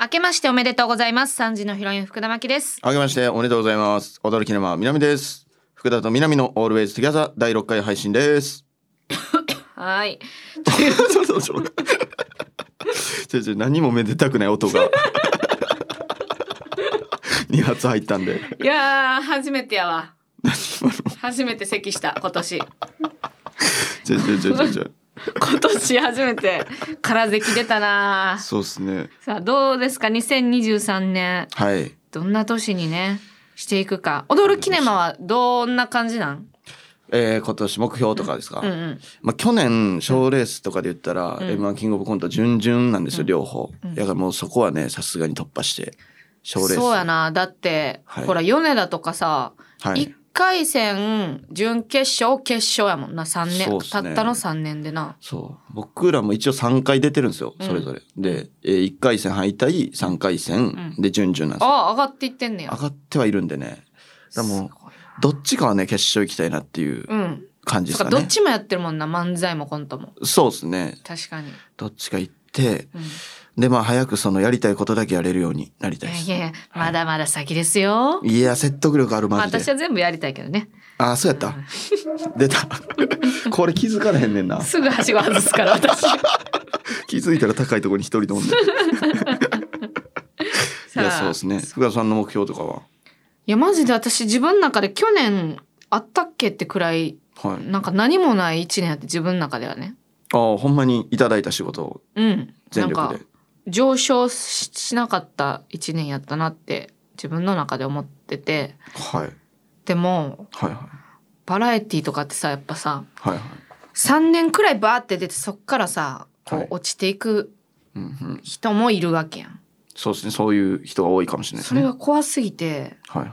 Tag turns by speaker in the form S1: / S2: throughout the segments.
S1: 明けましておめでとうございます。三時のヒロイン福田真希です。
S2: あけましておめでとうございます。踊るキネマ南です。福田と南のオールウェイズティギャザー第6回配信です。
S1: はい。
S2: そうそうそう。ちょちょ何もめでたくない音が 二発入ったんで。
S1: いやー、初めてやわ。初めて咳した、今 年。
S2: ちょちょちょちょちょ。
S1: 今年初めて、空咳出たなー
S2: そうですね。
S1: さあ、どうですか ?2023 年。
S2: はい。
S1: どんな年にね、していくか。踊るキネマはどんな感じなん
S2: えー、今年目標とかですか。
S1: うんうん。
S2: まあ、去年賞ーレースとかで言ったら、
S1: うん
S2: M1 キングオブコント準々なんですよ、両方。
S1: ん
S2: だからもうそこはね、さすがに突破して。賞ーレース。
S1: そうやな。だって、
S2: はい
S1: ほら、米田とかさ、
S2: は
S1: 一
S2: い。
S1: 回戦、準決勝、決勝やもんな。三年。
S2: そうっす
S1: たっ
S2: ね
S1: たの三年でな。
S2: そう僕らも一応3回出てるんですよ
S1: うん
S2: それぞれ、で、え1回戦敗退3回戦
S1: う
S2: で準々なんですよ、
S1: ああ、上がっていってんねや
S2: 上。がってはいるんでねだからもう
S1: すごいな
S2: どっちかはね決勝行きたいなっていう
S1: うん。
S2: 感じで
S1: そ
S2: す
S1: っか、
S2: か
S1: どっ
S2: ね
S1: ちもやってるもんな、漫才もコントも。
S2: そうですね
S1: 確かに。
S2: どっちか行って
S1: うん、い
S2: でまあ早くそのやりたいことだけやれるようになりたい
S1: や
S2: です
S1: いや、まだまだ先ですよ。
S2: いや説得力ある
S1: まあ、
S2: マジ
S1: 私
S2: で
S1: は全部やりたいけどね。
S2: ああそうやった 出たこれ気づかれへんねんな
S1: すぐはしご外すから、私。さ
S2: 気づいたら高いところに一人でお んねんいやそうですね福田さんの目標とかはい
S1: や、マジで私、自分の中で去年、あったっけってくらい、
S2: はい
S1: なんか何もない一年やって、自分の中ではね。
S2: ああほんまにいただいた仕事を
S1: うん。な
S2: 全
S1: ん
S2: 力
S1: か
S2: で、
S1: 上昇ししなかった一年やったなって、自分の中で思ってて。
S2: はい
S1: でも、
S2: はいはい
S1: バラエティとかってさ、やっぱさ、
S2: はいはい
S1: 3年くらいバーって出てそっからさこ
S2: は
S1: う
S2: い
S1: 落ちていく
S2: うんうん
S1: 人もいるわけやん、
S2: そうですねそういう人が多いかもしれない
S1: そ
S2: ですね
S1: れが怖すぎて
S2: はいはい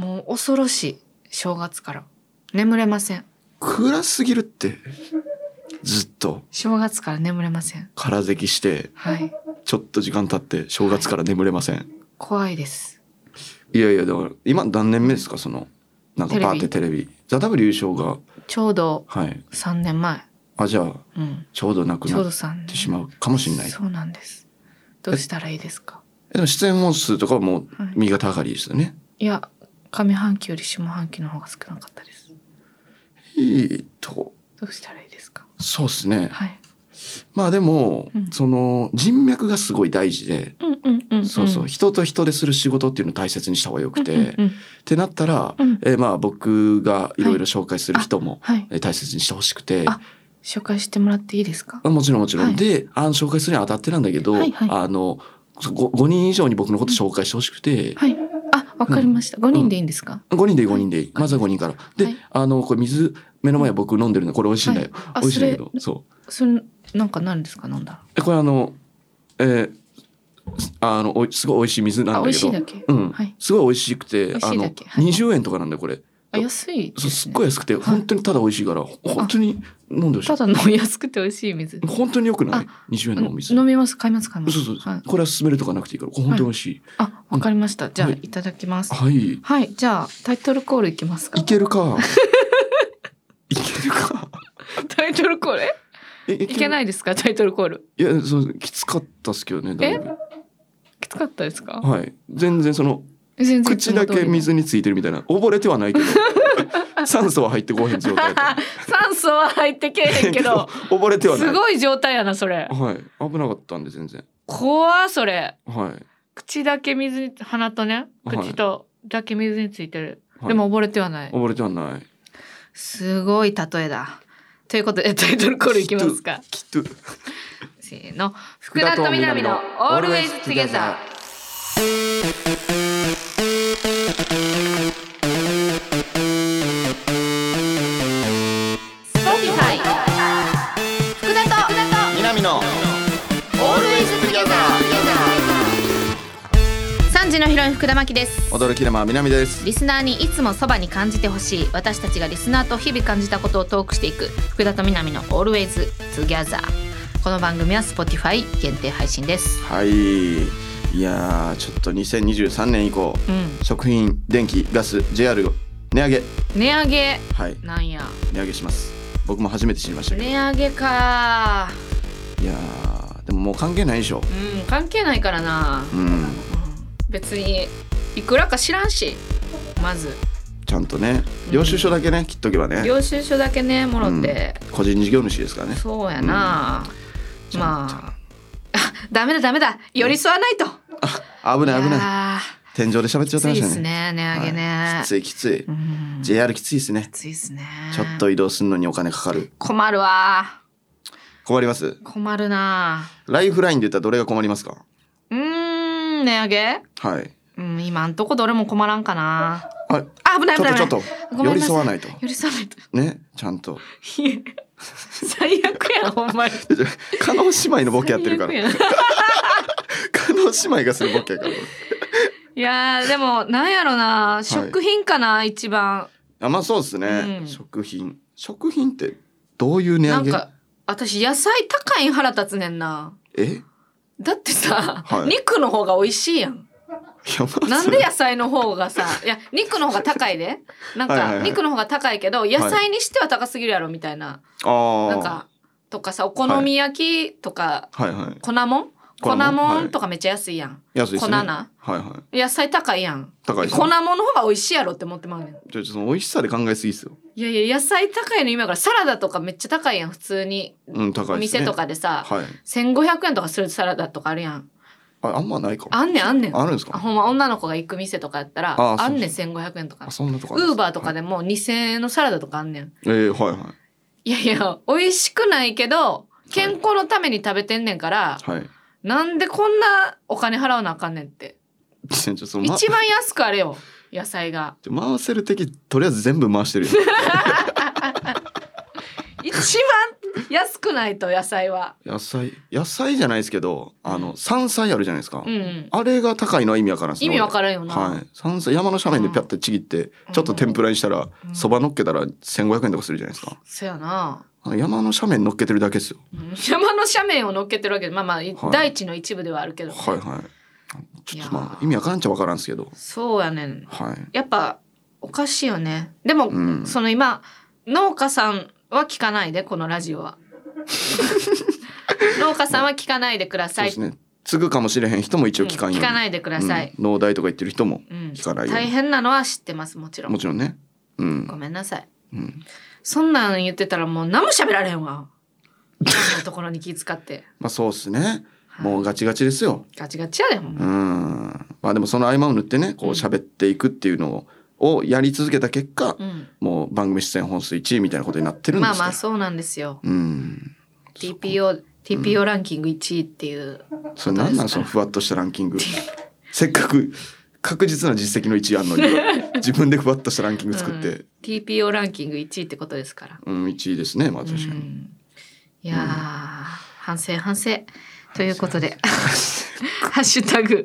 S1: もう恐ろしい正月から眠れません
S2: 暗すぎるってずっと
S1: 正月から眠れません
S2: 空咳して
S1: はい
S2: ちょっと時間経って正月から眠れません
S1: 怖いです
S2: いやいやだから今何年目ですかそのなん
S1: テ
S2: か
S1: レビ
S2: バーってテレビ「ザ・ w 優勝が
S1: ちょうど
S2: はい
S1: 3年前
S2: あじゃあ
S1: うん
S2: ちょうどなく
S1: ちょうど
S2: なっ
S1: 3
S2: て
S1: 年
S2: しまうかもしれない
S1: そうなんですどうしたらいいですか
S2: えでも出演本数とかはもう
S1: はい
S2: 右肩上がりですよね、
S1: いや上半期より下半期の方が少なかったです
S2: いいと
S1: どうしたらいいですか
S2: そうですね
S1: はい
S2: まあでも、
S1: うん
S2: その人脈がすごい大事で、
S1: うんうんうん、うん、
S2: そうそう人と人でする仕事っていうのを大切にした方がよくて、
S1: うん
S2: っ
S1: うんうん
S2: てなったら、
S1: うん
S2: えーまあ僕がいろいろ紹介する人も、
S1: はい
S2: えー大切にしてほしくて。
S1: あ紹介してもらっていいですか
S2: もちろんもちろん、
S1: はい
S2: であの紹介するにあたってなんだけど、
S1: はいはい
S2: あの 5, 5人以上に僕のこと紹介してほしくて、
S1: はい。あ、わかりました。五、人でいいんですか。
S2: 5人でいい5人でいいまずは5人からで、
S1: はい
S2: あのこれ水目の前僕飲んでるんだこれ美味しいんだよ、
S1: あ
S2: 美味しいんだけ
S1: そ
S2: どそう
S1: それなんかなんですか飲んだ
S2: えこれあのえーあのおいすごい美味しい水な
S1: ら。あ、
S2: ん
S1: 美
S2: だ
S1: 味し
S2: けど
S1: いだけ。
S2: うん、
S1: はい
S2: すごい美味しくて
S1: 美味
S2: あ
S1: しい
S2: の
S1: だけはい
S2: 20円とかなんだよこれ
S1: あ、安いです、
S2: そう
S1: ね。
S2: すっごい安くて
S1: い
S2: 本当にただ美味しいから、ほ本当に飲んでほしい
S1: ただ飲みやすくて美味しい水。
S2: 本当に良くない20円のお水
S1: 飲みます。買います。買いま
S2: そ
S1: す。
S2: うそうそう、
S1: はい、
S2: これは勧めるとかなくていいからこれ本当に美味しい、
S1: あ、わかりました。じゃあ、
S2: はい
S1: い、ただきます。はい、
S2: はい、
S1: じゃあタイトルコールいきますか
S2: い。ける かいけるか
S1: タイトルコール？え
S2: えい
S1: いけないいですか？タイトルコール。
S2: いやそうきつかったっすけどねだいぶ
S1: きつかったですか？
S2: はい全然その
S1: 全然いつ
S2: 口
S1: も
S2: だ
S1: 通りの
S2: け。水についてるみたいな溺れてはないけど 酸素は入ってこうへん状態やっ
S1: 酸素は入ってけえ
S2: た
S1: へんけど。
S2: 溺れて はない
S1: すごい状態やなそれ。
S2: はい危なかったんで全然
S1: 怖っそれ。
S2: はい
S1: 口だけ水に鼻とね
S2: はい
S1: 口とだけ水についてる、
S2: はい
S1: でも溺れてはない
S2: 溺れてはない
S1: すごい例えだということでタイトルコールいきますか
S2: きっと
S1: せーの福田と南の「オールウェイズ・トゥゲザー」Spotify 福田と福田と
S2: 南の
S1: 3時のヒロイン福田真希です
S2: 踊るキネマ南です
S1: リスナーにいつもそばに感じてほしい私たちがリスナーと日々感じたことをトークしていく福田と南の Always Together この番組は Spotify 限定配信です
S2: はいいやーちょっと2023年以降
S1: うん
S2: 食品電気ガス JR を値上げ
S1: 値上げ
S2: はい
S1: なんや
S2: 値上げします僕も初めて知りましたけど
S1: 値上げか
S2: いやーでももう関係ないでしょ
S1: うん関係ないからな、
S2: うん
S1: 別にいくらか知らんしまず
S2: ちゃんとね領収書だけね切っとけばね、
S1: 領収書だけねもろって、
S2: 個人事業主ですからね
S1: そうやな、
S2: うん
S1: まあダメだダメだ寄り添わないと
S2: あ危ない危ない
S1: あ
S2: 天井で喋っちゃ
S1: き
S2: って
S1: つ
S2: ま
S1: い
S2: し
S1: で
S2: た
S1: すね
S2: ね
S1: 値上げね、
S2: はいきついきつい、
S1: うん
S2: JR きついですね
S1: きついですね
S2: ちょっと移動するのにお金かかる
S1: 困るわ
S2: 困ります
S1: 困るな
S2: ライフラインで言ったらどれが困りますか
S1: うーん値上げ
S2: はい
S1: うん今んとこどれも困らんかな
S2: あれ
S1: あ危ない
S2: ち
S1: 危
S2: ょっ
S1: な
S2: と
S1: い
S2: ちょっ
S1: 危ない
S2: と
S1: ごめ
S2: 寄
S1: ん
S2: り
S1: なさい
S2: 添わないと
S1: 寄り添わないと
S2: ねちゃんと
S1: いえ最悪やんほんまに
S2: 加納姉妹のボケやって るから
S1: 最悪やん
S2: 加納姉妹がするボケやから
S1: いやーでもなんやろな食品かな、一番
S2: あまあそうですね、
S1: うん
S2: 食品食品ってどういう値
S1: な
S2: 上
S1: ん
S2: げ
S1: か私野菜高いん腹立つねんな
S2: え いや
S1: だってさ、
S2: はい
S1: 肉の方が美味しいや ん
S2: まあ
S1: なん
S2: そ
S1: で
S2: れ
S1: 野菜の方がさいや肉の方が高い でなん
S2: はいはい
S1: か
S2: はい
S1: 肉の方が高いけど野菜にしては高すぎるやろみたいな、
S2: あー
S1: なんかとかさお好み焼きとか
S2: はいはい
S1: 粉もん
S2: 粉
S1: 粉
S2: もん
S1: も
S2: は
S1: ん
S2: い
S1: とかめっちゃ安いやん、
S2: 安いです
S1: 粉
S2: ね
S1: な
S2: はいはい
S1: 野菜高いやん
S2: 高いですね
S1: 粉もんの方が美味しいやろって思ってまうねん
S2: ちょっとその美味しさで考えすぎですよ
S1: いやいや野菜高いの今からサラダとかめっちゃ高いやん普通に、
S2: うん高
S1: お
S2: いですね
S1: 店とかでさ、
S2: はい
S1: 1500円とかするサラダとかあるやん
S2: ああんまないかも
S1: あんねんあんねん
S2: あるんですか
S1: あほんま女の子が行く店とかやったら
S2: あ
S1: あ
S2: そうん
S1: ねん1500円とか
S2: あそんなとこあるん
S1: ウ
S2: で
S1: ー
S2: す
S1: バーとかでも2000円のサラダとかあんねん
S2: えー、はいはい
S1: やいや美味しくないけど健康のために食べてんねんから、
S2: い はい
S1: なんでこんなお金払わなあかんねんって
S2: ちょっとその、ま、
S1: 一番安くあれよ野菜が
S2: 回せる敵とりあえず全部回してるよ
S1: 一番安くないと野菜は
S2: 野菜野菜じゃないですけどあの山菜あるじゃないですか、
S1: うんうん
S2: あれが高いのは意味わからんっすね
S1: 意味わ
S2: ら
S1: からんよな、
S2: はい、山菜山の斜面でピャッてちぎって、
S1: うん
S2: ちょっと天ぷらにしたら
S1: ん
S2: そば、乗っけたら1,500円とかするじゃないですか
S1: そやな
S2: あの山の斜面乗っけてるだけですよ
S1: うん山の斜面を乗っけてるわけでまあまあ、い
S2: はい
S1: 大地の一部ではあるけど、
S2: はいはいちょっ
S1: いや
S2: とまあ
S1: ー
S2: 意味わからんっちゃわからんすけど
S1: そうやねん
S2: はい
S1: やっぱおかしいよねでも、
S2: うん
S1: その今農家さんは聞かないでこのラジオ は農家さんは聞かないでくだ
S2: そう
S1: さい、
S2: ですね継ぐかもしれへん人も一応
S1: うん
S2: 聞かんように、
S1: 聞かないでください、
S2: うん農大とか言ってる人も
S1: うん
S2: 聞かないよう
S1: 大
S2: に、
S1: 変なのは知ってますもちろん
S2: もちろんねうん
S1: ごめんなさい
S2: うん
S1: そんなん言ってたらもう何も喋られへん わそんなところに気遣って
S2: まあそうっすね
S1: はい
S2: もうガチガチですよ
S1: ガチガチやでほん
S2: う
S1: ま、
S2: んまあでもその合間を縫ってねこう喋っていくっていうのををやり続けた結果、
S1: うん
S2: もう番組出演本数1位みたいなことになってるんで
S1: ますあ
S2: けど
S1: まあそうなんですよ
S2: うん
S1: TPO TPO ランキング1位っていう、
S2: それなんなんそのふわっとしたランキングせっかく確実な実績の1位あんの に自分でふわっとしたランキング作っ
S1: う
S2: て
S1: ん、TPO ランキング1位ってことですから
S2: うん1位ですねまあ確か
S1: う
S2: に、
S1: んいやー、反省反省ということで ハッシュタグ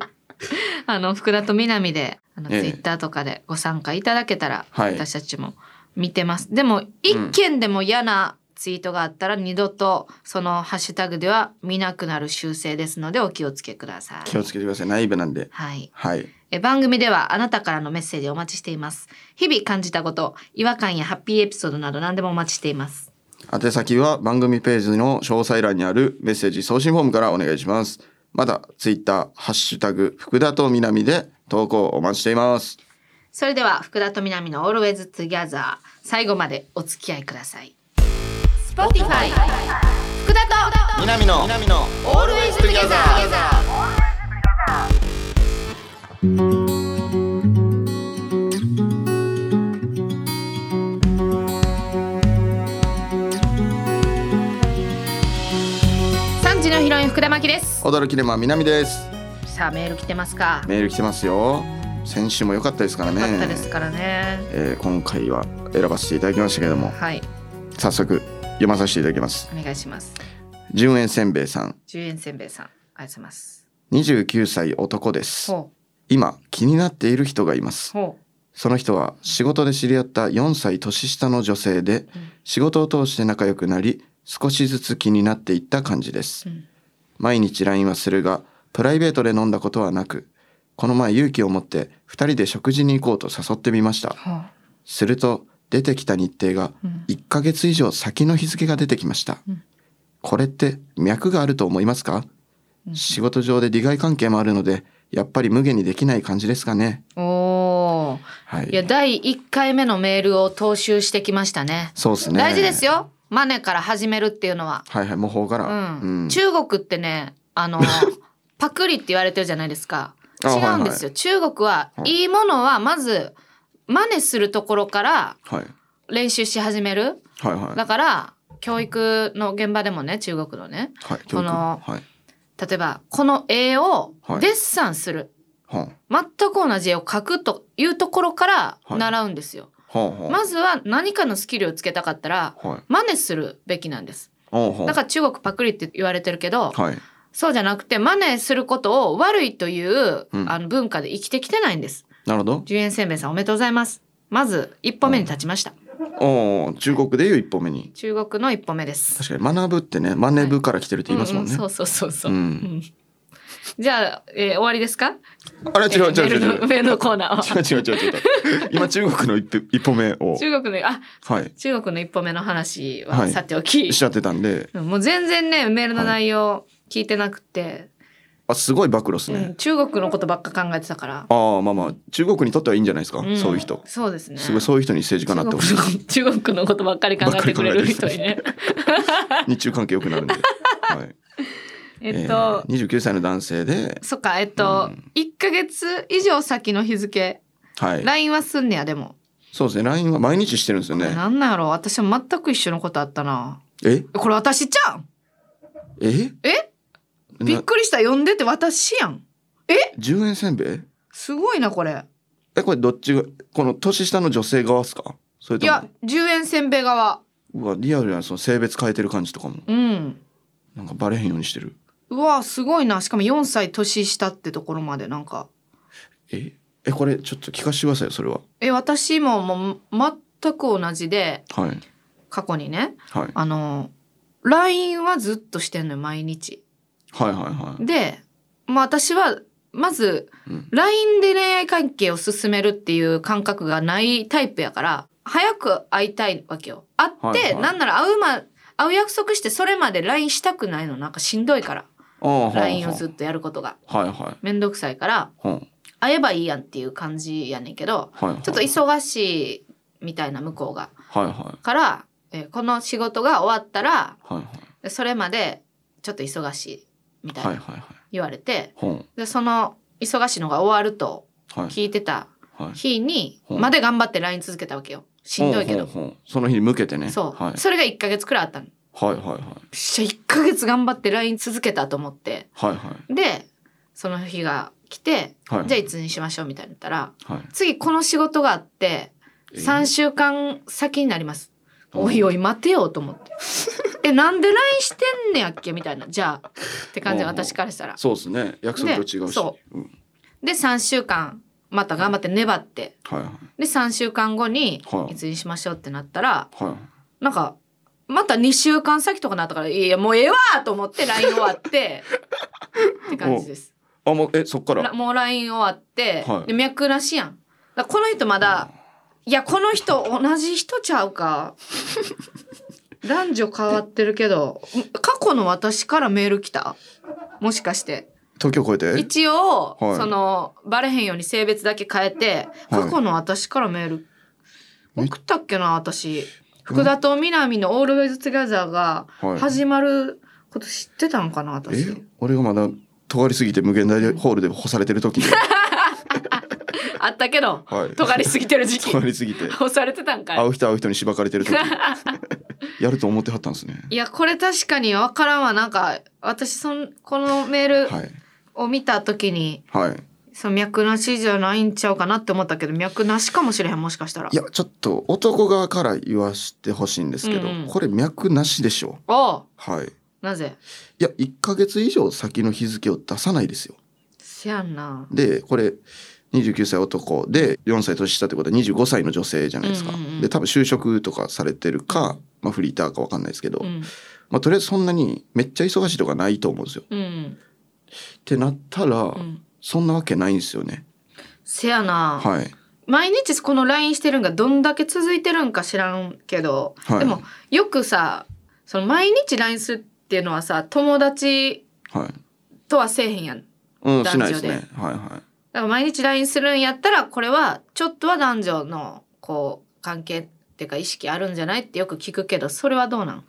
S1: あの福田と南であの、
S2: ええ
S1: ツイッターとかでご参加いただけたら、
S2: はい
S1: 私たちも見てますでも一件でも嫌なツイートがあったら、二度とそのハッシュタグでは見なくなる習性ですのでお気をつけください
S2: 気をつけてください内部なんで
S1: はい
S2: はい
S1: え番組ではあなたからのメッセージをお待ちしています日々感じたこと違和感やハッピーエピソードなど何でもお待ちしています
S2: 宛先は番組ページの詳細欄にあるメッセージ送信フォームからお願いしますまだツイッターハッシュタグ福田と南で投稿お待ちしています
S1: それでは福田と南の Always Together 最後までお付き合いください Spotify 福田と
S2: 南の南の
S1: Always Together 3時のヒロイン福田真希です
S2: 驚きでまあ南です
S1: さあメール来てますか
S2: メール来てますよ先週も良かったですから
S1: よ
S2: ね
S1: かったですからね
S2: えー今回は選ばせていただきましたけども
S1: はい
S2: 早速読まさせていただきます
S1: お願いします
S2: 純円せんべいさん
S1: 10円せんべいさんありがとうございます
S2: 29歳男です
S1: ほ
S2: 今気になっている人がいま
S1: う
S2: す
S1: ほ
S2: その人は仕事で知り合った4歳年下の女性
S1: う
S2: で
S1: ん
S2: 仕事を通して仲良くなり少しずつ気になっていった感じです
S1: う、うん
S2: 毎日 LINE はするがプライベートで飲んだことはなくこの前勇気を持って2人で食事に行こうと誘ってみました
S1: ほう
S2: すると出てきた日程が
S1: うん
S2: 1ヶ月以上先の日付が出てきました、
S1: うん
S2: これって脈があると思いますか仕事上で利害関係もあるので、やっぱり無限にできない感じですかね。
S1: おー
S2: はい。
S1: いや第1回目のメールを踏襲してきましたね
S2: そうですね。
S1: 大事です
S2: よ。
S1: よマネから始めるっていうのは、
S2: はいはい、模倣か
S1: う
S2: ら。
S1: ん中国ってねあ のパクリって言われてるじゃないですか違
S2: あ
S1: うんですよ、中国は
S2: はい
S1: いいものはまず真似するところから
S2: はい。
S1: 練習し始める
S2: はいはい。
S1: だから教育の現場でもね中国のね
S2: はい。
S1: この
S2: 教育はい。
S1: 例えばこの絵を
S2: はい
S1: デッサンする、
S2: ほん。
S1: 全く同じ絵を描くというところから
S2: はい
S1: 習うんですよ、
S2: ほんほん。
S1: まずは何かのスキルをつけたかったら
S2: はい。
S1: 真似するべきなんです
S2: ほんほん。
S1: だから中国パクリって言われてるけど
S2: はい。
S1: そうじゃなくて真似することを悪いという、
S2: うん
S1: あの文化で生きてきてないんです
S2: なるほど。
S1: 十円せんべいさんおめでとうございますまず一歩目に立ちました、
S2: おお、中国でいう一歩目に。
S1: 中国の一歩目です
S2: 確かに学ぶってね、マネブから来てるって言いますもん
S1: う
S2: ね
S1: う。そうそうそうそうう、
S2: ん。
S1: じゃあ、えー終わりですか
S2: あれ違う
S1: メ
S2: 違う違う違
S1: ールの
S2: う。
S1: メールのコーナーは
S2: 違う違う違う違う。今中国の一歩一歩目を。
S1: 中国のあ
S2: はい。
S1: 中国の一歩目の話
S2: は
S1: はいさておき、
S2: しちゃってたんで、
S1: もう全然ねメールの内容聞いてなくて、
S2: あ、すごい暴露です
S1: うん
S2: ね。
S1: 中国のことばっか考えてたから、
S2: ああ、まあまあ、中国にとってはいいんじゃないですか。
S1: ん
S2: そういう人。
S1: そうですね
S2: すごい、そういう人に政治家になってほしい。
S1: 中国の 中国のことばっかり考えてくれる人にね
S2: 日中関係良く なるんで。はい。
S1: えっと、
S2: えー、29歳の男性で、
S1: そっかえっと、
S2: うん
S1: 一1か月以上先の日付
S2: はい。
S1: LINE はすんねやでも、
S2: そうですね。LINE は毎日してるんですよ
S1: これ
S2: ね。
S1: なんなんやろ私は全く一緒のことあったな
S2: え
S1: これ私ちゃん
S2: え
S1: え
S2: な
S1: びっくりした呼んでて私やん
S2: ?10 円せんべい
S1: すごいなこれ
S2: え、これどっちが、この年下の女性側ですかそれ
S1: い
S2: と
S1: や
S2: も、
S1: 10円せんべい側
S2: うわ、リアルなその性別変えてる感じとかも。
S1: うん
S2: なんかバレへんようにしてる。
S1: うわすごいなしかも4歳年下ってところまでなんか
S2: ええ、これちょっと聞かせてくださいよ、それは。
S1: え私ももう全く同じで
S2: はい。
S1: 過去にね
S2: はい。
S1: あの LINE はずっとしてんのよ毎日
S2: はいはいはい。
S1: で、まあ、私はまず
S2: うん
S1: LINE で恋愛関係を進めるっていう感覚がないタイプやから早く会いたいわけよ会って、
S2: はいはい
S1: なんなら会う,、ま、会う約束してそれまで LINE したくないのなんかしんどいから
S2: ああ、
S1: LINE をずっ
S2: と。
S1: とやることが
S2: はいはい。
S1: めんどくさいから
S2: ほん
S1: 会えばいいやんっていう感じやねんけど
S2: はいはい。
S1: ちょっと忙しいみたいな向こうが
S2: はいは
S1: から、えーこの仕事が終わったら
S2: い。はい
S1: それまでちょっと忙しいみたい
S2: はい。はいはい
S1: な
S2: はい。
S1: 言われて、
S2: ほん
S1: でその忙しいのが終わると
S2: はい。
S1: 聞いてた
S2: はい。
S1: 日に
S2: うん
S1: まで頑張って LINE 続けたわけよしんどいけど
S2: ほうほうほうその日に向けてね。
S1: そう、
S2: はい。
S1: それが1ヶ月くらいあったのよ
S2: はいはいはい。
S1: っしゃ1ヶ月頑張って LINE 続けたと思って
S2: はいはい。
S1: でその日が来て、
S2: はい
S1: じゃあいつにしましょうみたいに言ったら
S2: はい。
S1: 次この仕事があって
S2: えー
S1: 3週間先になります、
S2: うん
S1: おいおい待てよと思ってえなんで LINE してんねやっけみたいなじゃあって感じで私からしたら
S2: そうですね。約束と違う
S1: ね
S2: し。
S1: そ
S2: うん。
S1: で3週間また頑張って粘って
S2: はいはい。
S1: で3週間後に
S2: はい
S1: いつにしましょうってなったら
S2: はい。
S1: なんかまた2週間先とかなったからいやもうええわと思って LINE 終わって って感じです
S2: あ、もう、え、そっから。
S1: らもう LINE 終わって、
S2: はい
S1: で脈なしやんだからこの人まだいやこの人同じ人ちゃうか男女変わってるけど過去の私からメール来たもしかして
S2: 東京越えて。
S1: 一応、
S2: はい
S1: そのバレへんように性別だけ変えて
S2: はい
S1: 過去の私からメール
S2: め
S1: 送ったっけな私福田と南の「オールウェイズ・トゥ・ギャザー」が
S2: はい
S1: 始まること知ってたんかな私、
S2: え、俺がまだ。尖りすぎて無限大でホールで干されてる時に。
S1: あったけど、
S2: はい
S1: 尖りすぎてる時期
S2: 尖りすぎて。
S1: 押されてたんか
S2: 会
S1: いう
S2: 人会う人にしばかれてる時。やると思ってはったんですね。
S1: いやこれ確かに分からんわなんか私そんこのメール
S2: はい。
S1: を見た時に、
S2: はい。
S1: その脈なしじゃないんちゃうかなって思ったけど脈なしかもしれへんもしかしたら
S2: いや、ちょっと男側から言わしてほしいんですけど、
S1: うんうん
S2: これ脈なしでしょ
S1: おう
S2: はい。い
S1: なぜ
S2: や、1ヶ月以上先の日付を出さないですよ。
S1: せやんな
S2: でこれ29歳男で4歳年下ってことは25歳の女性じゃないですか、
S1: うんうんうん
S2: で多分就職とかされてるか、まあ、フリーターか分かんないですけど、
S1: うん
S2: まあ、とりあえずそんなにめっちゃ忙しいとかないと思うんですよ。
S1: うん
S2: ってなったら、
S1: ん
S2: そんなわけないんですよね。
S1: せやな、
S2: はい、
S1: 毎日この LINE してるんがどんだけ続いてるんか知らんけど、
S2: はい
S1: でもよくさその毎日 LINE するっていうのはさ友達
S2: はい、
S1: とはせえへんやん。だか
S2: うん、
S1: 男
S2: し
S1: 女
S2: ない
S1: で
S2: ですね。はいは
S1: ら毎日 LINE するんやったら、これはちょっとは男女のこう関係っていうか意識あるんじゃないってよく聞くけど、それはどうなん
S2: い。い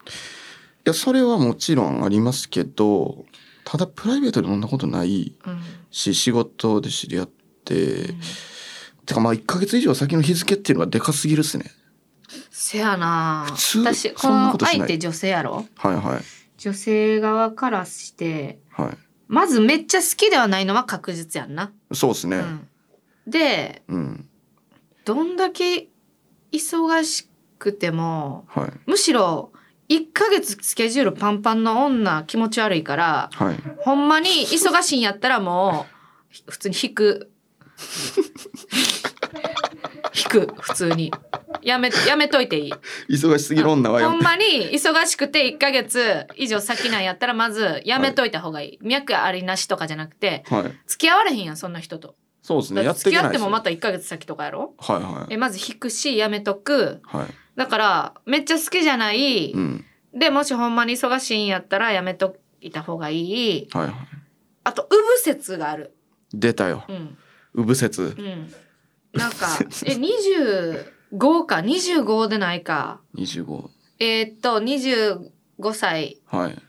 S2: や、それはもちろんありますけど、ただプライベートで飲んだことない
S1: うん。
S2: し、仕事で知り合って、てかまあ1ヶ月以上先の日付っていうのがでかすぎるっすね。
S1: せやな
S2: 普通
S1: 私、こ
S2: そんな
S1: の
S2: ことしない
S1: 相手女性やろ
S2: はいはい。
S1: 女性側からして、
S2: は
S1: まずめっちゃ好きではないのは確実やんな。
S2: い。そうです
S1: う
S2: ね。
S1: ん。で、
S2: うん。
S1: どんだけ忙しくても、
S2: はい。
S1: むしろ1ヶ月スケジュールパンパンの女気持ち悪いから
S2: はい。
S1: ほんまに忙しいんやったらもうひ普通に引く 引く普通にやめやめといていい
S2: 忙しすぎる女はや
S1: ほ
S2: っ
S1: んまに忙しくて1ヶ月以上先なんやったらまずやめといた方がいい、脈ありなしとかじゃなくて
S2: ぱ。はい。
S1: 付き合われへんやんそんな人と、
S2: そうですね。
S1: だ
S2: や
S1: っ
S2: っててい
S1: 付き
S2: けない
S1: 合って
S2: す
S1: も
S2: ね
S1: また1ヶ月先とかやろ
S2: はいはい。
S1: えまず引くしやめとく
S2: はい。
S1: だからめっちゃ好きじゃない、
S2: うん。
S1: でもしほんまに忙しいんやったらやめといた方がいい
S2: はいはい。
S1: あと「うぶ説」がある
S2: 出たよ。
S1: うん
S2: うぶ説
S1: う。んなんかえ25か25でないか
S2: 25。
S1: えーっと25歳
S2: はい。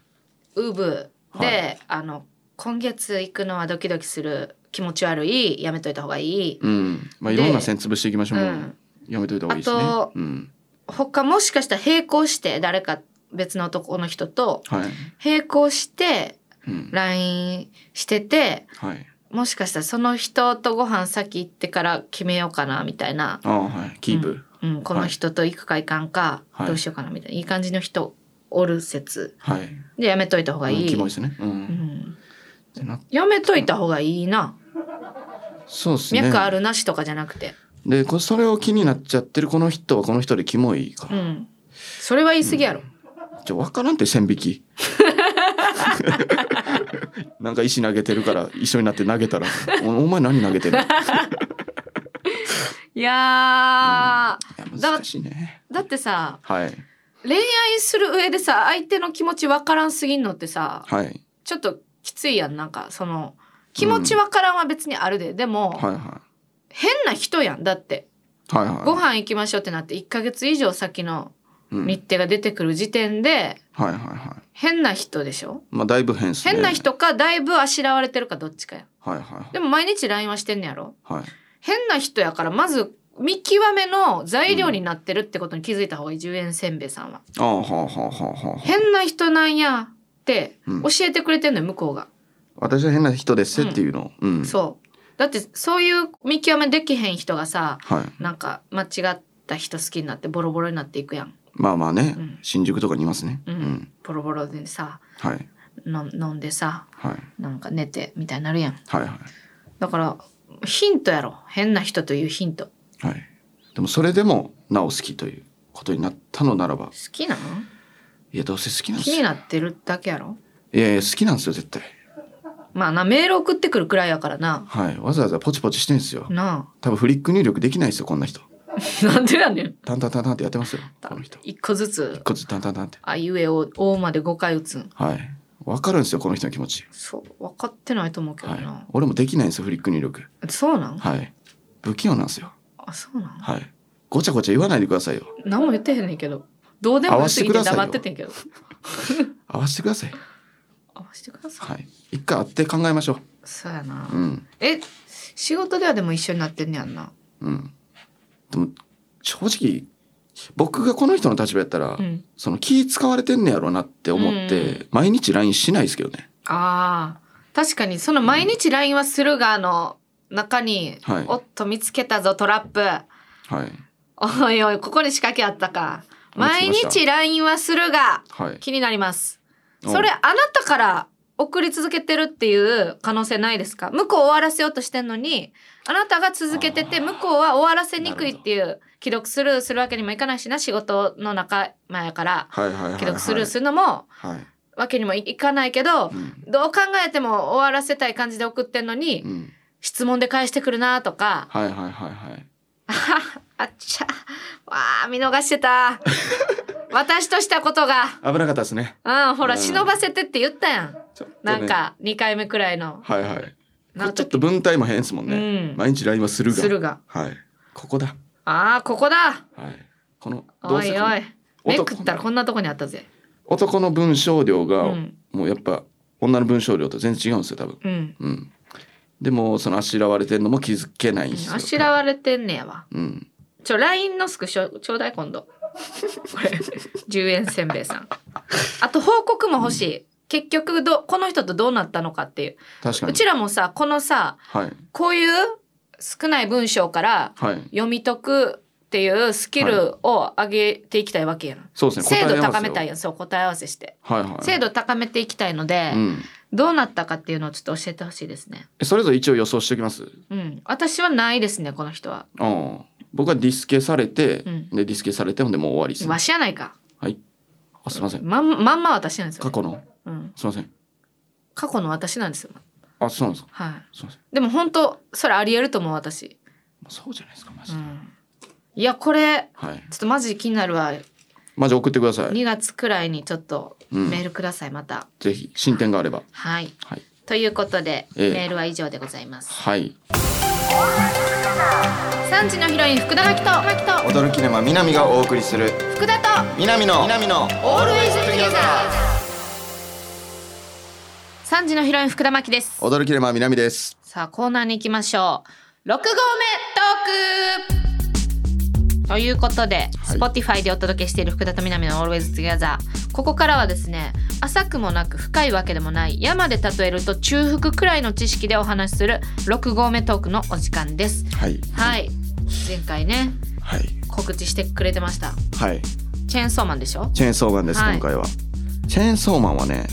S1: うぶで、
S2: は
S1: あの今月行くのはドキドキする気持ち悪いやめといた方がいい
S2: うん。まあい
S1: で
S2: ろんな線潰していきましょう。もう
S1: うん
S2: やめといた方がいいです
S1: あ
S2: ね
S1: と。
S2: うん。
S1: 他もしかしたら並行して誰か別の男の人と
S2: はい。
S1: 並行して
S2: うん。
S1: LINE してて
S2: はい。
S1: もしかしたらその人とご飯先行ってから決めようかなみたいな、
S2: ああ、はい。キープ。
S1: うん、この人と行くか行かんか、
S2: はい
S1: どうしようかなみたいないい感じの人おる説
S2: はい。
S1: でやめといた方がい
S2: うん
S1: い、
S2: キモ
S1: う
S2: いですね。うん。
S1: ん、
S2: ってな
S1: やめといた方がいいな、
S2: そうですね。
S1: 脈あるなしとかじゃなくて、
S2: で、こそれを気になっちゃってるこの人はこの人でキモいか
S1: う
S2: ら。
S1: ん、それは言い過ぎやろ、
S2: じゃ分からんって線 引き。なんか石投げてるから一緒になって投げたら「おお前何投げて るの?い
S1: いや
S2: や」
S1: だ
S2: 難しいね。
S1: ーだってさ
S2: はい
S1: 恋愛する上でさ相手の気持ちわからんすぎんのってさ
S2: はい
S1: ちょっときついやんなんかその気持ちわからんは別にあるで、でも、
S2: はいは
S1: 変な人やんだって
S2: いはいはい。
S1: ご飯行きましょうってなって1ヶ月以上先の
S2: うん
S1: 日程が出てくる時点で
S2: はいはいはい。
S1: 変な人でしょ
S2: まあだいぶ変ですね。
S1: 変な。人かだいぶあしらわれてるかどっちかやん
S2: はいはい
S1: でも毎日 LINE はしてんねやろ
S2: はい。
S1: 変な人やからまず見極めの材料になってるってことに気づいた方がいい10円せんべいさんは
S2: ああはあはあはあはあはあ。
S1: 変な人なんやって
S2: うん
S1: 教えてくれてんのよ向こうが、
S2: 私は変な人ですっていうのを。うん。
S1: そうだってそういう見極めできへん人がさ
S2: はい。
S1: なんか間違った人好きになってボロボロになっていくやん、
S2: まあまあね
S1: うん
S2: 新宿とかにいますね。
S1: うんボロボロでさ
S2: はい
S1: の飲んでさ
S2: はい
S1: なんか寝てみたいになるやん
S2: はいはい
S1: だからヒントやろ変な人というヒント好
S2: はい。でもそれでもなお好きということになったのならば
S1: きなん
S2: いやどうせ好きなんで
S1: 気
S2: すよ
S1: に。なってるだけやろ
S2: いやいや好きなんですよ絶対
S1: まあなメール送ってくるくらいやからな
S2: はいわざわざポチポチしてんですよ
S1: な
S2: 多分フリック入力できないですよこんな人
S1: あ なんでやねん
S2: タンタンタンタンってやってますよこの人
S1: 一個ずつ
S2: こっちタンタンタンって
S1: あいうえを「お」まで5回打つん
S2: はいわかるんですよこの人の気持ち
S1: そう分かってないと思うけど
S2: は
S1: な、
S2: い俺もできないんですよフリック入力
S1: そうなん、
S2: はい不器用なんですよ
S1: あそうなん
S2: はいごちゃごちゃ言わないでくださいよ
S1: 何も言ってへんねんけどどうでもよすぎて黙っててんけど
S2: 合わせてください
S1: 合わせてください、
S2: はい一回会って考えましょ
S1: そうやな、
S2: ううん
S1: え仕事ではでも一緒になってんねやんな
S2: うんでも正直僕がこの人の立場やったら、
S1: うん
S2: その気使われてんねやろうなって思って、毎日 LINE しないですけどね
S1: あー確かにその毎日 LINE はするがの中に、
S2: はい
S1: おっと見つけたぞトラップ
S2: はい
S1: おいおいここに仕掛けあったか
S2: 思いつき
S1: 毎
S2: ました
S1: 日 LINE はするが
S2: はい
S1: 気になります
S2: お
S1: それあなたから送り続けてるっていう可能性ないですか向こう終わらせようとしてんのにあなたが続けてて向こうは終わらせにくいっていう既読スルーするわけにもいかないしな仕事の仲間やから
S2: はいはいはいはい
S1: 既読スルーするのも
S2: はい
S1: わけにもいかないけど、
S2: うん
S1: どう考えても終わらせたい感じで送ってんのに、
S2: うん
S1: 質問で返してくるなとか、
S2: はいはいはいはい
S1: あっちゃ、わあ、見逃してた。私としたことが。
S2: 危なかったですね。
S1: うん、ほら、
S2: うん
S1: 忍ばせてって言ったやん。
S2: ちょっとね
S1: なん。か、2回目くらいの。
S2: はいはい。こ
S1: なん
S2: れ
S1: か
S2: ちょっと文体も変ですもんね。
S1: うん
S2: 毎日 LINE はするが。
S1: するが。
S2: はい。ここだ。
S1: ああ、ここだ
S2: はい。この、ど
S1: お
S2: う
S1: い
S2: せ
S1: おい。目
S2: 男
S1: 食ったらこんなとこにあったぜ。
S2: 男の文章量が、
S1: うん
S2: もうやっぱ女の文章量と全然違うんですよ多分。
S1: うん。
S2: うん。でもそのあしらわれてるのも気づけないんですよ。
S1: あしらわれてんねやわ。
S2: うん。
S1: ちょ、LINE のスクショちょうだい、今度。これ、10円せんべいさん。あと、報告も欲しい。結局ど、この人とどうなったのかっていう。
S2: 確か
S1: う
S2: に。
S1: ちらもさ、このさ、
S2: はい
S1: こういう少ない文章から
S2: はい。
S1: 読み解くっていうスキルを上げていきたいわけやん。
S2: そうですね。
S1: 精度高めた
S2: 答
S1: い
S2: え
S1: やん、そう、答え合わせして。
S2: 合わせを。はいはい。
S1: 精度高めていきたいので、
S2: うん。
S1: どうなったかっていうのをちょっと教えてほしいですね。
S2: えそれぞれ一応予想しておきます。
S1: うん。私はないですね、この人は。
S2: うん。僕はディスケされて、
S1: うん
S2: でディスケされてほんでもう終わりですね
S1: わ。しやないか。
S2: はい。あすいません。
S1: まん、まんま私なんですよ、
S2: 過去の
S1: うん。
S2: すいません。
S1: 過去の私なんですよ。
S2: あそうなんですか。
S1: はい。
S2: すいません。
S1: でも本当それありえると思う私。
S2: そうじゃないですかマジ
S1: う
S2: で。
S1: ん。いやこれ
S2: はい。
S1: ちょっとマジ気になるわ。
S2: マジ送ってください。
S1: 2月くらいにちょっと
S2: うん
S1: メールくださいまた。
S2: ぜひ進展があれば。
S1: はい。
S2: はい。
S1: ということで、
S2: ええ
S1: メールは以上でございます。
S2: はい。
S1: 三時のヒロイン福田真希と真希と
S2: 驚き沼南がお送りする
S1: 福田と
S2: 南の南のオー
S1: Always Together。三時のヒロイン福田真希です。
S2: 驚き沼南です。
S1: さあコーナーに行きましょう6合目トークということで、
S2: はい
S1: Spotify でお届けしている福田と南の Always Together ここからはですね浅くもなく深いわけでもない山で例えると中腹くらいの知識でお話しする6合目トークのお時間です
S2: はい
S1: はい前回ね
S2: はい
S1: 告知してくれてました
S2: はい。
S1: チェーンソーマンでしょ
S2: チェーンソーマンです、
S1: はい
S2: 今回は。チェーンソーマンはね、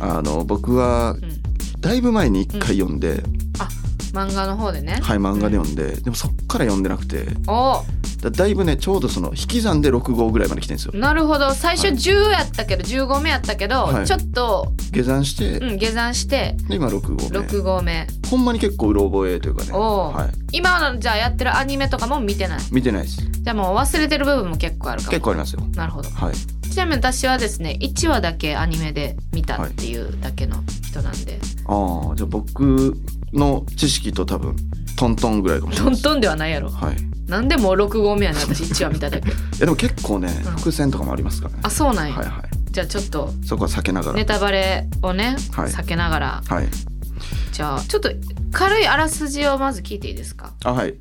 S1: うん
S2: あの僕は
S1: うん
S2: だいぶ前に一回読んで、
S1: 漫画の方でね
S2: はい漫画で読んで、でもそっから読んでなくて、
S1: お
S2: だだいぶねちょうどその引き算で6号ぐらいまで来てるんですよ。
S1: なるほど最初
S2: はい
S1: 10やったけど10合目やったけど、
S2: はい
S1: ちょっと、
S2: 下山して、
S1: うん、下山して
S2: で今6号目。
S1: 6合目
S2: ほんまに結構うろ覚えというかね。
S1: おう
S2: はい。
S1: 今のじゃあやってるアニメとかも見てない
S2: 見てないです。
S1: じゃあもう忘れてる部分も結構あるか
S2: 結
S1: も
S2: 構ありますよ。
S1: なるほど
S2: はい。
S1: ちなみに私はですね1話だけアニメで見たっていうだけの人なんで、
S2: ああじゃあ僕の知識と多分トントンぐらいかもしれ
S1: ト
S2: ない
S1: ン
S2: です。
S1: トンではないやろ
S2: はい。
S1: なんでもう6合目やね私1話見ただけ
S2: いやでも結構ね
S1: うん
S2: 伏線とかもありますからね。
S1: あそうなんや、
S2: はいは
S1: じゃあちょっと
S2: い。そこは避けながら。
S1: ネタバレをね、
S2: はい
S1: 避けながら
S2: はい。
S1: じゃあちょっと軽いあらすじをまず聞いていいですか
S2: あはい。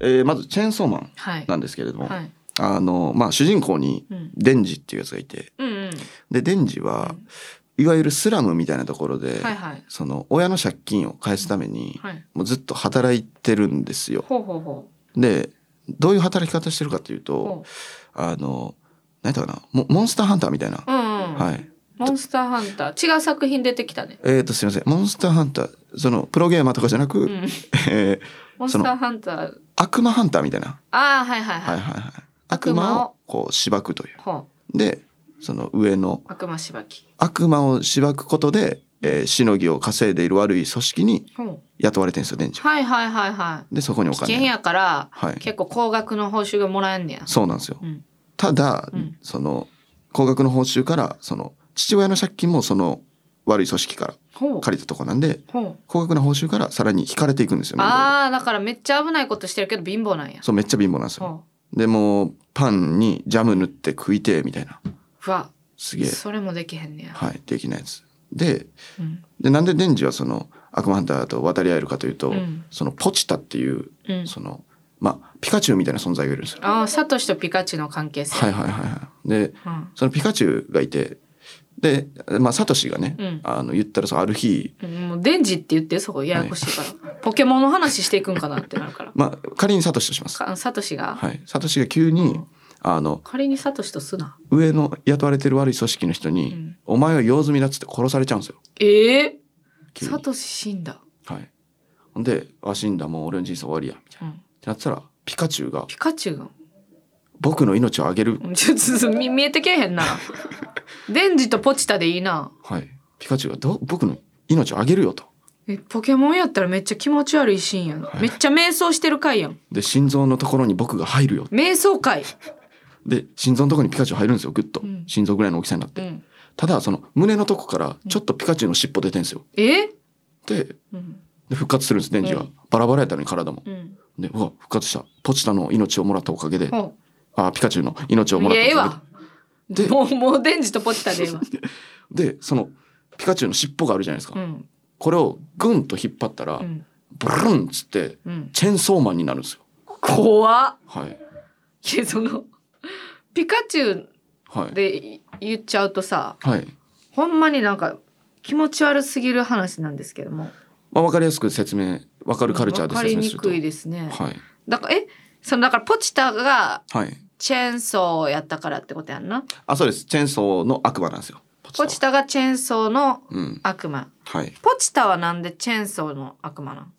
S2: えーまずチェーンソーマン
S1: はい
S2: なんですけれども、
S1: はい
S2: あのまあ主人公に
S1: うん
S2: デンジっていうやつがいて、
S1: うんうん
S2: でデンジは、いわゆるスラムみたいなところで、
S1: はいはい
S2: その親の借金を返すために、
S1: はい
S2: もうずっと働いてるんですよ。
S1: ほうほうほ
S2: でどういう働き方してるかという
S1: う
S2: と
S1: ほ、
S2: あの何だったかなモモンスターハンターみたいな、
S1: ううんうん、
S2: はい。
S1: モンスターハンター違う作品出てきたね
S2: えっ、とすいませんモンスターハンターそのプロゲーマーとかじゃなく、
S1: うん
S2: えー
S1: モンスターハンター
S2: 悪魔ハンターみたいな、
S1: ああはいはいは、
S2: はいいはいはい、悪魔をこうしばくという。
S1: ほう
S2: でその上の
S1: 悪魔しばき
S2: 悪魔をしばくことで、えーしのぎを稼いでいる悪い組織に
S1: ほう
S2: 雇われてるんですよ電池
S1: はいはいはいは
S2: でそこにお
S1: い危険
S2: 金
S1: やから、
S2: はい
S1: 結構高額の報酬がもらえんねや
S2: そうなんですよ
S1: うん
S2: ただ、
S1: うん
S2: その高額の報酬からその父親の借金もその悪い組織から
S1: ほう
S2: 借りたとこなんで
S1: ほう
S2: 高額な報酬からさらに引かれていくんですよね
S1: ああだからめっちゃ危ないことしてるけど貧乏なんや
S2: そうめっちゃ貧乏なんですよ
S1: ほ
S2: でもうパンにジャム塗って食いてえみたいな
S1: ううわ
S2: すげえ、
S1: それもできへんねや、
S2: はい、できないやつで
S1: うん
S2: でなんでデンジはその悪魔ハンターと渡り合えるかというと、
S1: うん
S2: そのポチタっていう
S1: うん、
S2: そのまあピカチュウみたいな存在がいるんですよ。
S1: ああサトシとピカチュウの関係性
S2: はいはいはいはい。で
S1: うん
S2: そのピカチュウがいてでまあサトシがね、
S1: うん
S2: あの言ったらそのある日
S1: うんもうデンジって言ってそこややこしいから、ポケモンの話していくんかなってなるから
S2: まあ仮にサトシとします。
S1: かサトシが、
S2: はい。サトシが急に、あの
S1: 仮にサトシとすな
S2: 上の雇われてる悪い組織の人に、
S1: うん
S2: お前は用済みだっつって殺されちゃうんですよ。
S1: ええ
S2: 急に
S1: サトシ死んだ、
S2: はい。ほんであ死んだもう俺の人生終わりやみたいな。
S1: うん、
S2: ってなってたらピカチュウが
S1: ピカチュウが
S2: 僕の命をあげる。
S1: ちょっと見見えてけえへ んな。デンジとポチタでいいな。
S2: はい。ピカチュウがど僕の命をあげるよと。
S1: えポケモンやったらめっちゃ気持ち悪いシーンやん。めっちゃ瞑想してる回やん。
S2: で心臓のところに僕が入るよ。
S1: 瞑想回。
S2: で心臓のとこにピカチュウ入るんですよグッと、
S1: うん
S2: 心臓ぐらいの大きさになって、
S1: うん、
S2: ただその胸のとこからちょっとピカチュウの尻尾出てんですよ
S1: え、
S2: で
S1: うん
S2: で復活するんです電池が、
S1: うん
S2: バラバラやったのに体も
S1: うん、
S2: でうわ復活したポチタの命をもらったおかげで
S1: ほ
S2: あピカチュウの命を
S1: う
S2: も
S1: い
S2: ら
S1: やええ
S2: ったお
S1: わ
S2: かげでで
S1: もうもう電池とポチタでええわ、
S2: でそのピカチュウの尻尾があるじゃないですか、
S1: うん
S2: これをグンと引っ張ったら、
S1: うん
S2: ブルンっつって
S1: うん、
S2: チェーンソーマンになるんですよ
S1: 怖っ
S2: はい
S1: いやそのピカチュウ
S2: はい
S1: で言っちゃうとさ
S2: はい
S1: ほんまになんか気持ち悪すぎる話なんですけども
S2: まあ、分かりやすく説明分かるカルチャーで
S1: わか
S2: 説
S1: り
S2: 明
S1: に
S2: すると
S1: くいですね、
S2: はい
S1: だからえそのだからポチタが
S2: はい
S1: チェーンソーやったからってことやんな
S2: あそうですチェーンソーの悪魔なんですよポ
S1: ポチタがチェーンソーの
S2: うん
S1: 悪魔
S2: はい
S1: ポチタはなんでチェーンソーの悪魔なん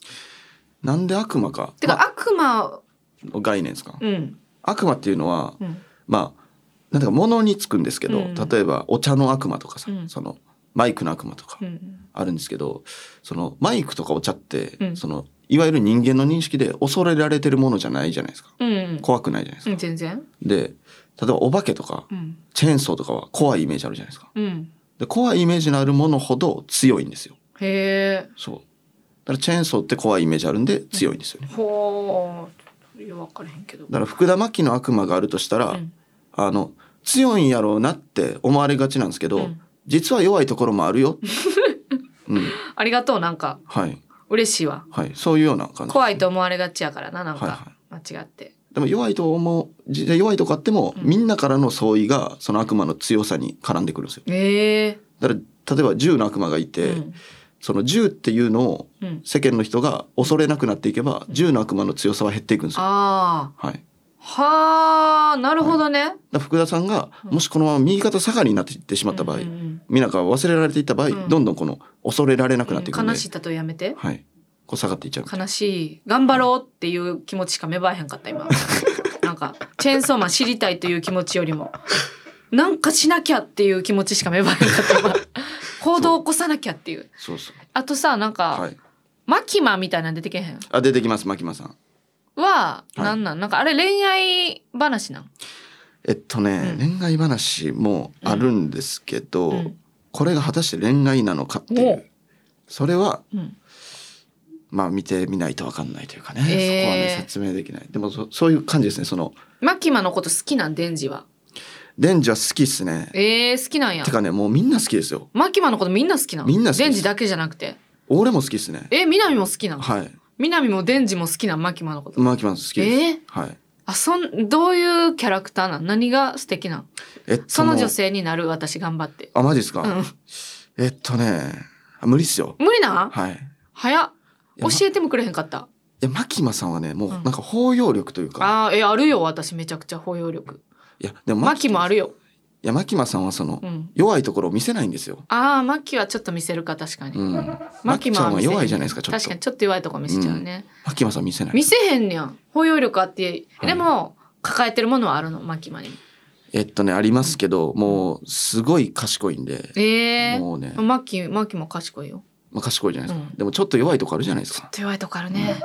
S2: なんで悪魔か
S1: てか、
S2: まあ
S1: 悪魔を
S2: の概念ですか
S1: うん
S2: 悪魔っていうのは
S1: うん
S2: まあなんていうか物につくんですけど、
S1: うん
S2: 例えばお茶の悪魔とかさ、
S1: うん
S2: そのマイクの悪魔とか
S1: うん
S2: あるんですけどそのマイクとかお茶って、
S1: うん
S2: そのいわゆる人間の認識で恐れられてるものじゃないじゃないですか
S1: うんうん
S2: 怖くないじゃないです
S1: うん
S2: か、
S1: 全然
S2: で例えばお化けとか
S1: うん
S2: チェーンソーとかは怖いイメージあるじゃないですか
S1: うん
S2: で怖いイメージのあるものほど強いんですよ
S1: へえ
S2: そうだからチェーンソーって怖いイメージあるんで強いんですよね
S1: ほういや分からへんけど
S2: だから福田真紀の悪魔があるとしたら、
S1: うん
S2: あの強いんやろうなって思われがちなんですけど、
S1: うん
S2: 実は弱いところもあるよ。 うん、
S1: ありがとうなんか
S2: はい
S1: 嬉しいわ
S2: はいそういうような感じ。
S1: 怖いと思われがちやからななん
S2: はい
S1: か
S2: は
S1: 間違って
S2: でも弱いと思うじ弱いとこあっても、
S1: うん
S2: みんなからの相違がその悪魔の強さに絡んでくるんですよ。
S1: へえ
S2: だから例えば銃の悪魔がいて、
S1: うん
S2: その銃っていうのを
S1: うん
S2: 世間の人が恐れなくなっていけば、銃の悪魔の強さは減っていくんですよ。
S1: ああ
S2: はい。だか
S1: はあなるほどね
S2: ら福田さんがもしこのまま右肩下がりになっていってしまった場合、
S1: う
S2: み
S1: ん
S2: ん
S1: うん
S2: 皆が忘れられていった場合、
S1: うん
S2: どんどんこの恐れられなく
S1: う
S2: なっ
S1: ん
S2: ていくんで、
S1: 悲しい例えやめて
S2: はい。こう下がっていっちゃう。
S1: 悲しい頑張ろうっていう気持ちしか芽生えへんか った今なんかチェーンソーマン知りたいという気持ちよりもなんかしなきゃっていう気持ちしか芽生えへんかった今 行動を起こさなきゃっていう
S2: そうそう。
S1: あとさなんか、
S2: はい。
S1: マキマみたいなん出てけへん
S2: あ出てきます牧間さん。
S1: は、なんなんなんかあれ恋愛話なん
S2: えっとね、
S1: う
S2: 恋愛話もあるんですけど、
S1: うん
S2: これが果たして恋愛なのかってい
S1: お
S2: う。それは
S1: うん
S2: まあ見てみないとわかんないというかね、
S1: え
S2: そこはね
S1: え
S2: 説明できない。でもそそういう感じですね。その
S1: マキマのこと好きなんデンジは
S2: デンジは好きっすね。
S1: えー、好きなんや
S2: てかねもうみんな好きですよ。
S1: マキマのことみんな好きなん
S2: みんな好きです
S1: デンジだけじゃなくて
S2: 俺も好きっすね。
S1: え南も好きなん
S2: はい。
S1: 南もデンジも好きなんマキマのこと
S2: 牧間さん好きです。
S1: ええ
S2: はい。
S1: あそんどういうキャラクターなん何が素敵なん
S2: えっと
S1: その女。性になる私頑張って
S2: あマジですか。
S1: うん
S2: えっとねあ無理っすよ。
S1: 無理なん
S2: はい。い
S1: 早っ
S2: や
S1: 教えてもくれへんかった
S2: や牧間さんはねもう
S1: うん
S2: なんか包容力というか。
S1: あーえあるよ私めちゃくちゃ包容力
S2: いやでも
S1: マキもあ
S2: る
S1: るよ、
S2: いやマキマさんはその、
S1: うん、
S2: 弱いところを見せないんですよ。
S1: あーマキはちょっと見せるか確かに、
S2: うん。
S1: マ
S2: マ
S1: キ
S2: キ
S1: マ
S2: ちゃんは
S1: 見せへ
S2: 弱いじゃないですかちょっ
S1: 確
S2: と
S1: かに。ちょっと弱いとこ見せちゃうね、
S2: マキマさん見せない。
S1: 見せへんねやん包容力あって、
S2: はい
S1: でも抱えてるものはあるのマキマにも
S2: えっとねありますけど、もうすごい賢いんで、
S1: えー
S2: もうね、
S1: マキマキも賢いよ
S2: まあ賢いじゃないですか。
S1: うん
S2: でもちょっと弱いとこあるじゃないですか。
S1: 弱いとこあるね、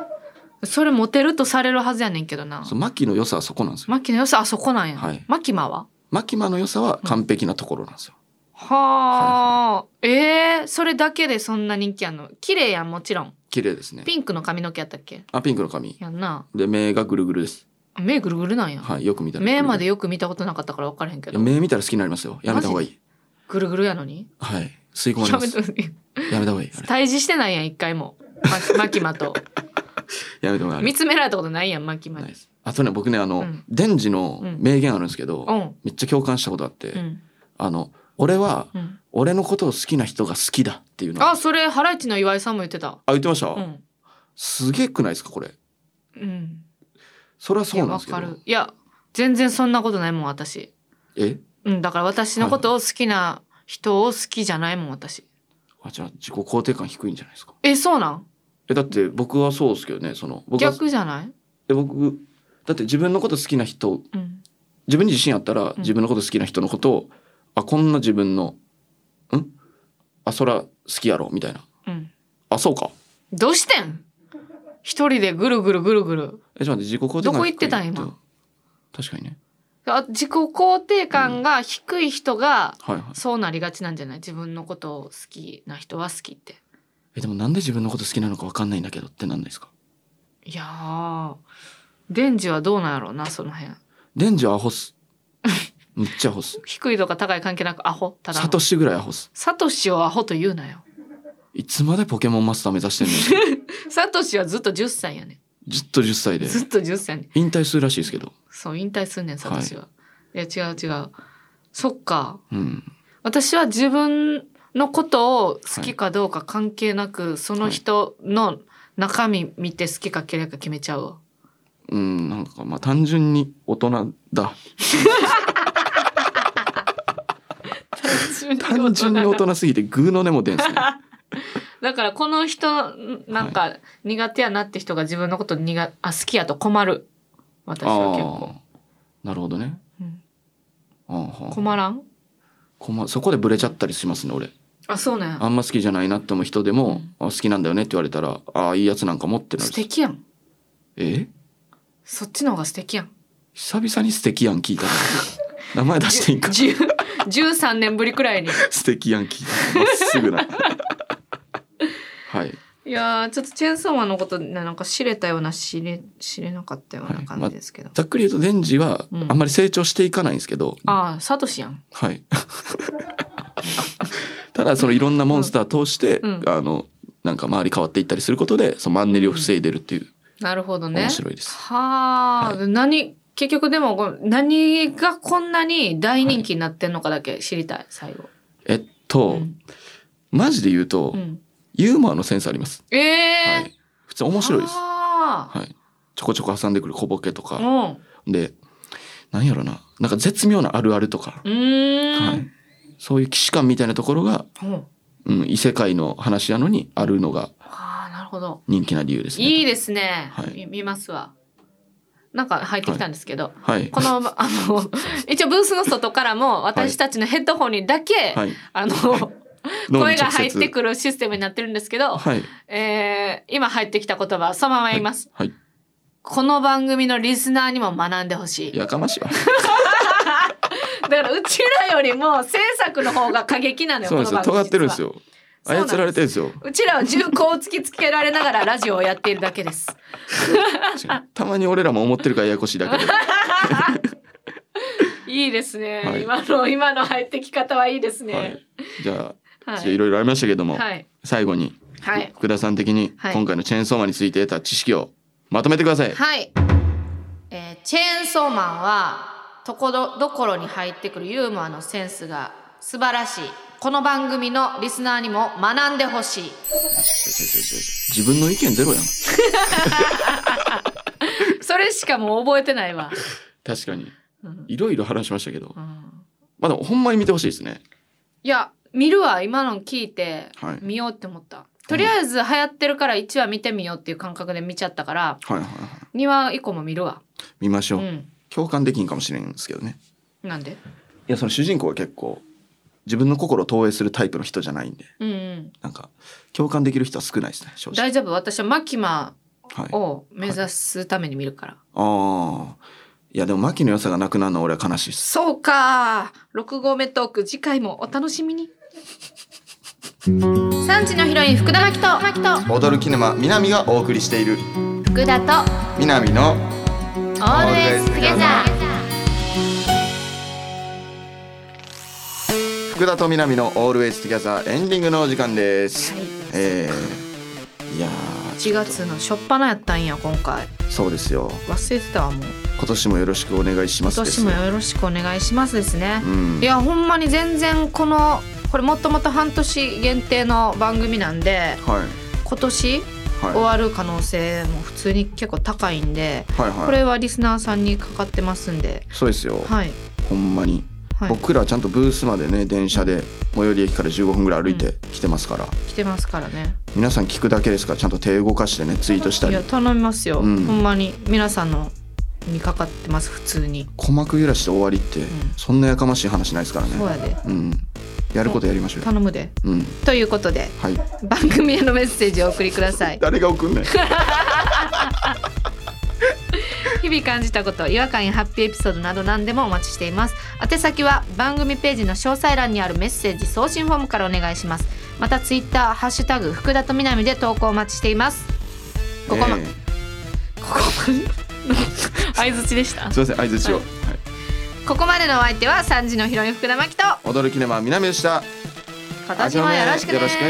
S1: それモテるとされるはずやねんけどな
S2: そうマキの良さはそこなんですよ。
S1: マキの良さあそこなんや。
S2: はい
S1: マキマは。
S2: マキマの良さは完璧なところなんですよ。
S1: はあ、えー、それだけでそんな人気あんの綺麗やんもちろん
S2: 綺麗ですね。
S1: ピンクの髪の毛やったっけ
S2: あピンクの髪。
S1: やんな
S2: で目がぐるぐるです。
S1: 目ぐるぐるなんや、
S2: はいよく見たら。
S1: 目までよく見たことなかったから分からへんけ
S2: いや
S1: ど
S2: 目見たら好きになりますよ。やめた方がいい。
S1: ぐるぐるやのに
S2: はい。吸い込まれ
S1: や
S2: ま
S1: め
S2: す
S1: と。け
S2: やめた方がいい。あれ
S1: 対峙してないやん一回もママキマと
S2: やめた方がいいあれ
S1: 見。つめられたことないやんマキマ
S2: ない
S1: に
S2: ですあとね僕ねあの、
S1: うん
S2: デンジの名言あるんですけど、
S1: うん
S2: めっちゃ共感したことあって、
S1: うん
S2: あの俺は
S1: うん
S2: 俺のことを好きな人が好きだっていうの
S1: あそれハライチの岩井さんも言ってた
S2: あ言ってました、
S1: うん
S2: すげえくないですかこれ
S1: うん
S2: それはいそう
S1: や
S2: なんで
S1: わ
S2: すけど
S1: かるいや全然そんなことないもん私
S2: え
S1: うん、だから私のことを好きな人を好きじゃないもん、私。
S2: あじゃあ自己肯定感低いんじゃないですか
S1: え、そうなん
S2: えだって僕はそうですけどねその僕は
S1: 逆じゃない
S2: え僕だって自分のこと好きな人
S1: うん。
S2: 自分に自信あったら自分のこと好きな人のことを、あこんな自分のんあそら好きやろみたいな
S1: うん。
S2: あそうか
S1: どうしてん一人でぐるぐるぐるぐる。
S2: え、じゃあ待って自己肯定感低い
S1: どこ行ってたん今。
S2: 確かにね。
S1: あ自己肯定感が低い人が
S2: はいはい
S1: そうなりがちなんじゃない自分のことを好きな人は好きって。
S2: えでもなんで自分のこと好きなのかわかんないんだけどってなんですか
S1: いやー、デンジはどうなんやろうな、その辺。
S2: デンジはアホっ すむっちゃアホっす
S1: 低いとか高い関係なくアホ、ただ
S2: サ
S1: の
S2: ト。シぐらいアホっす
S1: サトシをアホと言うなよ。
S2: いつまでポケモンマスター目指してんの
S1: サトシはずっと10歳やね
S2: ずっと10歳で
S1: ん。ずっと10歳やねん。
S2: 引退するらしいですけど
S1: そう、引退すんねん、サトシは。い、や、違う違う。そっか。
S2: うん
S1: 私は自分のことを好きかどうか関係なく、その人の中身見て好きか嫌いか決めちゃうわ。
S2: うんなんかまあ単純に大人だ単純に大人すぎてグーの根も出んす ね
S1: だからこの人なんか苦手やなって人が自分のこと苦あ好きやと困る私は結構
S2: あ、ーなるほどね
S1: うん、
S2: あーはー
S1: 困らん
S2: こまそこでブレちゃったりしますね俺
S1: あそうなん
S2: あ
S1: や
S2: んま好きじゃないなって思う人でも、あ好きなんだよねって言われたらああいいやつなんか持ってなる
S1: 素
S2: し
S1: 敵やん
S2: え
S1: そっちの方が素敵やん
S2: 久々に素敵やん聞いたな名前出し ていいんか
S1: 10 13年ぶりくらいに
S2: 素敵やん聞いたまっす ぐなはい、
S1: いやーちょっとチェーンソーマンのことねなんか知れたような知れ知れなかったような感じですけど、
S2: ざっくり言うとデンジは
S1: うん
S2: あんまり成長していかないんですけど、
S1: ああサトシやん
S2: はい ただそのいろんなモンスター通して、
S1: うんうん
S2: あのなんか周り変わっていったりすることでそのマンネリを防いでるっていう、
S1: なるほどね
S2: 面白いです
S1: はあ、何結局でもごめん何がこんなに大人気になってんのかだけ知りたい最後、
S2: えっ
S1: う
S2: と、
S1: ん
S2: マジで言うと、
S1: うん
S2: ユーモアのセンスあります、
S1: ええー
S2: はい、普通面白いです
S1: あ
S2: はい、ちょこちょこ挟んでくる小ボケと
S1: ー
S2: かでなんやろななんか絶妙なあるあるとか、
S1: うん。うーん。
S2: はい、そういう既視感みたいなところが、
S1: うん
S2: うん、異世界の話なのにあるのが
S1: ああ、なるほど。
S2: 人気な理由ですね。
S1: いいですね。
S2: はい
S1: み見ますわ。なんか入ってきたんですけど、
S2: はい
S1: この、あの、一応ブースの外からも私たちのヘッドホンにだけ、
S2: はい、
S1: あの、
S2: 脳
S1: 声
S2: に直接
S1: が入ってくるシステムになってるんですけど、
S2: はい
S1: えー今入ってきた言葉そのまま言います、
S2: はい、は
S1: この番組のリスナーにも学んでほし
S2: い
S1: い。
S2: やかましいわ
S1: だからうちらよりも制作の方が過激なのよ、
S2: そ
S1: こ
S2: うな
S1: の
S2: んです
S1: 番組。
S2: よ尖ってるんです
S1: よ
S2: よ
S1: そうなんです
S2: 操られてるんですよ
S1: うちらは銃口を突きつけられながらラジオをやっているだけです。
S2: たまに俺らも思ってるからややこしいだけで
S1: いいですね。
S2: はい
S1: 今の今の入ってき方はいいですね。
S2: じゃあ、
S1: はい
S2: い、いろいろありましたけども、
S1: はい。
S2: 最後に、
S1: はい
S2: 福田さん的に
S1: はい
S2: 今回のチェーンソーマンについて得た知識をまとめてください、
S1: はい。えーチェーンソーマンはとこどどころに入ってくるユーモアのセンスが素晴らしい。この番組のリスナーにも学んでほしい。
S2: 自分の意見ゼロやん
S1: それしかもう覚えてないわ。
S2: 確かに
S1: うん
S2: いろいろ話しましたけど
S1: うん
S2: まあでもほんまに見てほしいですね
S1: いや見るわ今の聞いて
S2: はい
S1: 見ようって思った。とりあえず流行ってるから1話見てみようっていう感覚で見ちゃったから
S2: はいはいはい
S1: 2話以降も見るわ。
S2: 見まし
S1: う
S2: ょう、
S1: ん。
S2: 共感できんかもしれんですけどね
S1: なんで？
S2: いやその主人公は結構自分の心を投影するタイプの人じゃないんで
S1: うんうん。
S2: なんか共感できる人は少ないですね正直
S1: 大丈夫私はマキマ
S2: はいあ
S1: を目指すために見るから、
S2: あーいやでも牧の良さがなくなるのは俺は悲しいっす
S1: そうか6号目トーク次回もお楽しみに3時のヒロイン福田真希と
S2: 踊るキネマ南がお送りしている
S1: 福田と
S2: 南の
S1: オ
S2: ールデイズトゥゲザ福田と南のオールウェイズトゥギャザーエンディングのお時間です、
S1: はい
S2: えーいやー
S1: 1月の初っ端やったんや今回
S2: そうですよ
S1: 忘れてたわもう
S2: 今年もよろしくお願いしま
S1: 今
S2: すです
S1: 年
S2: よ
S1: もよろしくお願いしますですね
S2: う、ん
S1: いやほんまに全然このこれもともと半年限定の番組なんで
S2: はい
S1: 今年
S2: はい
S1: 終わる可能性も普通に結構高いんで、
S2: はいはい
S1: これはリスナーさんにかかってますんで、
S2: そうですよ、
S1: はい、
S2: ほんまに、
S1: はい、
S2: 僕らちゃんとブースまでね電車で最寄り駅から15分ぐらい歩いて来てますから、
S1: 来てますからね。
S2: 皆さん聞くだけですからちゃんと手動かしてねツイートした
S1: い
S2: り
S1: や頼みますよ、
S2: うん
S1: ほんまに皆さんのにかかってます普通に。
S2: 鼓膜揺らして終わりって、
S1: ん
S2: そんなやかましい話ないですから
S1: そう
S2: ね
S1: やで、
S2: うんやることやりましょうよ
S1: 頼むで。
S2: うん
S1: ということで
S2: はい
S1: 番組へ のメッセージをお送りください。
S2: 誰が送んねん
S1: 日々感じたこと違和感やハッピーエピソードなど何でもお待ちしています宛先は番組ページの詳細欄にあるメッセージ送信フォームからお願いしますまたツイッターハッシュタグ福田とみなみで投稿お待ちしていますここま、こ
S2: ええ
S1: こま 相槌でした
S2: すいません相槌を、は
S1: はいここまでのお相手は3時のヒロイン福田真希と
S2: 驚きねまみなみでした
S1: 今年もよろしくね
S2: よろしく